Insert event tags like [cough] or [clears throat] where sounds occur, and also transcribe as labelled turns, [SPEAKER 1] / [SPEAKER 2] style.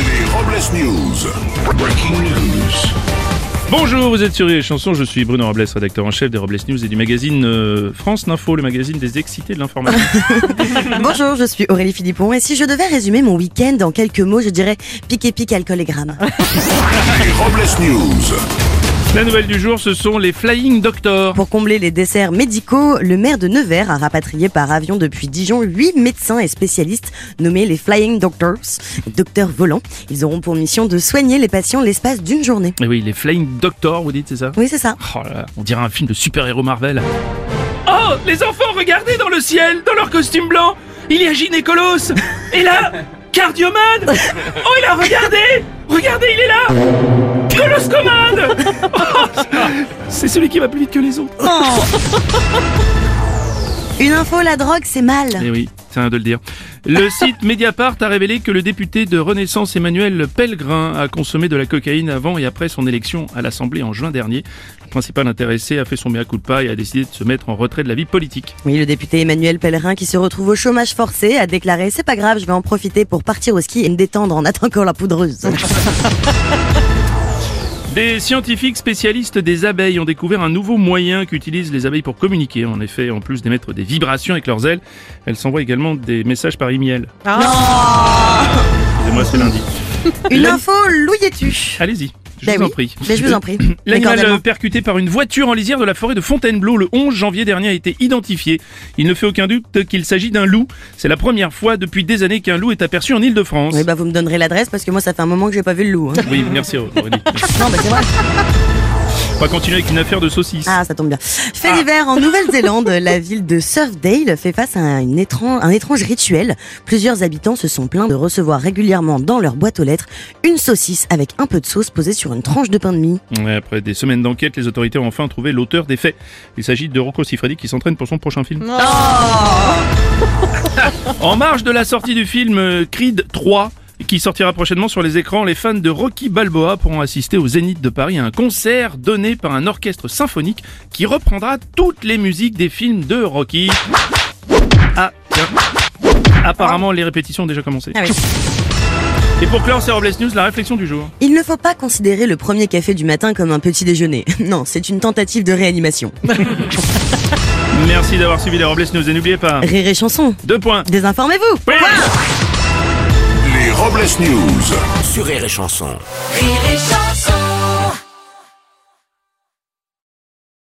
[SPEAKER 1] Flash News. Breaking news.
[SPEAKER 2] Bonjour, vous êtes sur les chansons, je suis Bruno Robles, rédacteur en chef des Robles News et du magazine euh, France Ninfo, le magazine des excités de l'information.
[SPEAKER 3] Bonjour, je suis Aurélie Philippon et si je devais résumer mon week-end en quelques mots, je dirais pique et pique, alcool et grammes.
[SPEAKER 1] Les Robles News.
[SPEAKER 2] La nouvelle du jour, ce sont les Flying Doctors.
[SPEAKER 3] Pour combler les desserts médicaux, le maire de Nevers a rapatrié par avion depuis Dijon huit médecins et spécialistes nommés les Flying Doctors, docteurs volants. Ils auront pour mission de soigner les patients l'espace d'une journée.
[SPEAKER 2] Et Eh oui, les Flying Doctors, vous dites, c'est ça
[SPEAKER 3] Oui, c'est ça.
[SPEAKER 2] Oh là là, on dirait un film de super-héros Marvel. Oh, les enfants, regardez dans le ciel, dans leur costume blanc, il y a Gynécolos. Et là, Cardioman. Oh, il a regardé, regardez, il est là. Coloscoman. Oh, c'est celui qui va plus vite que les autres.
[SPEAKER 3] Une info, la drogue, c'est mal.
[SPEAKER 2] Eh oui, c'est un de le dire. Le site Mediapart a révélé que le député de Renaissance Emmanuel Pellegrin a consommé de la cocaïne avant et après son élection à l'Assemblée en juin dernier. Le principal intéressé a fait son mea culpa et a décidé de se mettre en retrait de la vie politique.
[SPEAKER 3] Oui, le député Emmanuel Pellerin, qui se retrouve au chômage forcé, a déclaré C'est pas grave, je vais en profiter pour partir au ski et me détendre en attendant la poudreuse.
[SPEAKER 2] Des scientifiques spécialistes des abeilles ont découvert un nouveau moyen qu'utilisent les abeilles pour communiquer. En effet, en plus d'émettre des vibrations avec leurs ailes, elles s'envoient également des messages par e-miel.
[SPEAKER 3] Ah.
[SPEAKER 2] Excusez-moi, c'est lundi.
[SPEAKER 3] Une info, louillez-tu
[SPEAKER 2] Allez-y, je
[SPEAKER 3] Ben
[SPEAKER 2] vous en
[SPEAKER 3] oui.
[SPEAKER 2] prie.
[SPEAKER 3] Ben, je vous en prie.
[SPEAKER 2] [clears throat]
[SPEAKER 3] ben
[SPEAKER 2] L'animal
[SPEAKER 3] L'accordément.
[SPEAKER 2] euh, percuté par une voiture en lisière de la forêt de Fontainebleau le 11 janvier dernier a été identifié. Il ne fait aucun doute qu'il s'agit d'un loup. C'est la première fois depuis des années qu'un loup est aperçu en Ile-de-France.
[SPEAKER 3] Oui, bah vous me donnerez l'adresse parce que moi ça fait un moment que j'ai pas vu le loup. hein.
[SPEAKER 2] Oui, merci Aurélie.
[SPEAKER 3] Non, bah c'est vrai.
[SPEAKER 2] On va continuer avec une affaire de saucisse.
[SPEAKER 3] Ah, ça tombe bien. Fait d'hiver en Nouvelle-Zélande, la ville de Surfdale fait face à un, étran- un étrange rituel. Plusieurs habitants se sont plaints de recevoir régulièrement dans leur boîte aux lettres une saucisse avec un peu de sauce posée sur une tranche de pain de mie.
[SPEAKER 2] Ouais, Après des semaines d'enquête, les autorités ont enfin trouvé l'auteur des faits. Il s'agit de Rocco Siffredi qui s'entraîne pour son prochain film. [laughs] en marge de la sortie du film euh, Creed 3, qui sortira prochainement sur les écrans, les fans de Rocky Balboa pourront assister au Zénith de Paris à un concert donné par un orchestre symphonique qui reprendra toutes les musiques des films de Rocky. Ah, tiens. Apparemment, les répétitions ont déjà commencé.
[SPEAKER 3] Ah oui.
[SPEAKER 2] Et pour clore, c'est Robles News, la réflexion du jour.
[SPEAKER 3] Il ne faut pas considérer le premier café du matin comme un petit déjeuner. [laughs] Non, c'est une tentative de réanimation.
[SPEAKER 2] Merci d'avoir suivi les Robles News et n'oubliez pas...
[SPEAKER 3] Rire et chanson,
[SPEAKER 2] Deux points.
[SPEAKER 3] désinformez-vous
[SPEAKER 1] Les Robles News.
[SPEAKER 4] sur Rire et Chanson.
[SPEAKER 5] Rire et chanson